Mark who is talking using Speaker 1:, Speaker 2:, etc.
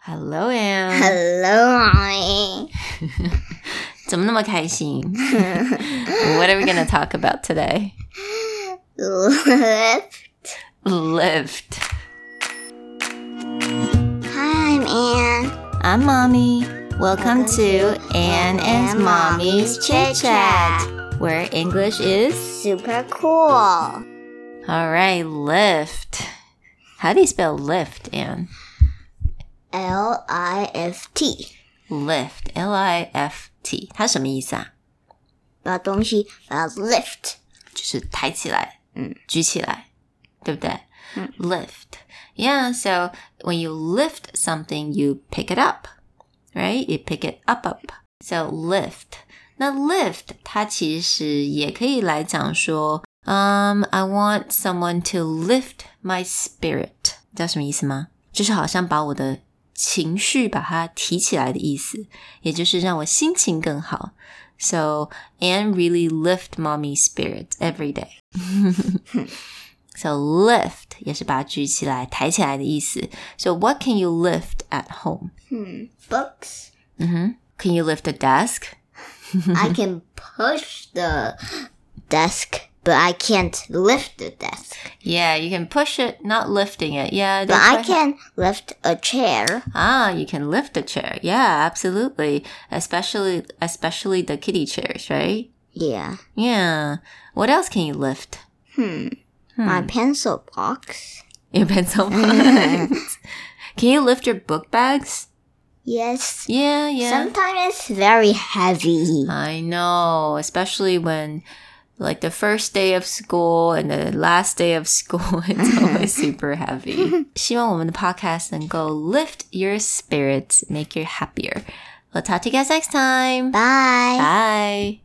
Speaker 1: Hello, Anne，
Speaker 2: Hello, Ollie.
Speaker 1: 怎么那么开 心？What are we gonna talk about today?
Speaker 2: Hi,
Speaker 1: Lift.
Speaker 2: I'm Anne.
Speaker 1: I'm mommy. Welcome to Anne and Mommy's Chit Chat, where English is.
Speaker 2: Super cool.
Speaker 1: All right, lift. How do you spell lift, Anne?
Speaker 2: L I F T，
Speaker 1: Lift. L I F T. 它什么意思啊？
Speaker 2: 把东西把它 lift
Speaker 1: 就是抬起来，嗯，举起来，对不对、Lift, yeah. So when you lift something, you pick it up, right? You pick it up, up. So lift. 那 lift 它其实也可以来讲说，嗯、i want someone to lift my spirit，知道什么意思吗？就是好像把我的情绪把它提起来的意思，也就是让我心情更好。So Anne really lift mommy's spirit every day. so lift 也是把它举起来、抬起来的意思。So what can you lift at home?
Speaker 2: books.
Speaker 1: Can you lift a desk?
Speaker 2: I can push the desk, but I can't lift the desk.
Speaker 1: Yeah, you can push it, not lifting it. Yeah,
Speaker 2: But
Speaker 1: that's
Speaker 2: I
Speaker 1: what-
Speaker 2: can lift a chair.
Speaker 1: Ah, you can lift a chair. Yeah, absolutely. Especially, especially the kiddie chairs, right?
Speaker 2: Yeah,
Speaker 1: Yeah. What else can you lift?
Speaker 2: my
Speaker 1: Hmm.
Speaker 2: pencil box.
Speaker 1: Your pencil box. can you lift your book bags?
Speaker 2: Yes.
Speaker 1: Yeah, yeah.
Speaker 2: Sometimes it's very heavy.
Speaker 1: I know, especially when like the first day of school and the last day of school, it's always super heavy. 希望我们的 podcast 能够 lift your spirits, make you happier. We'll talk to you guys next time.
Speaker 2: Bye.
Speaker 1: Bye.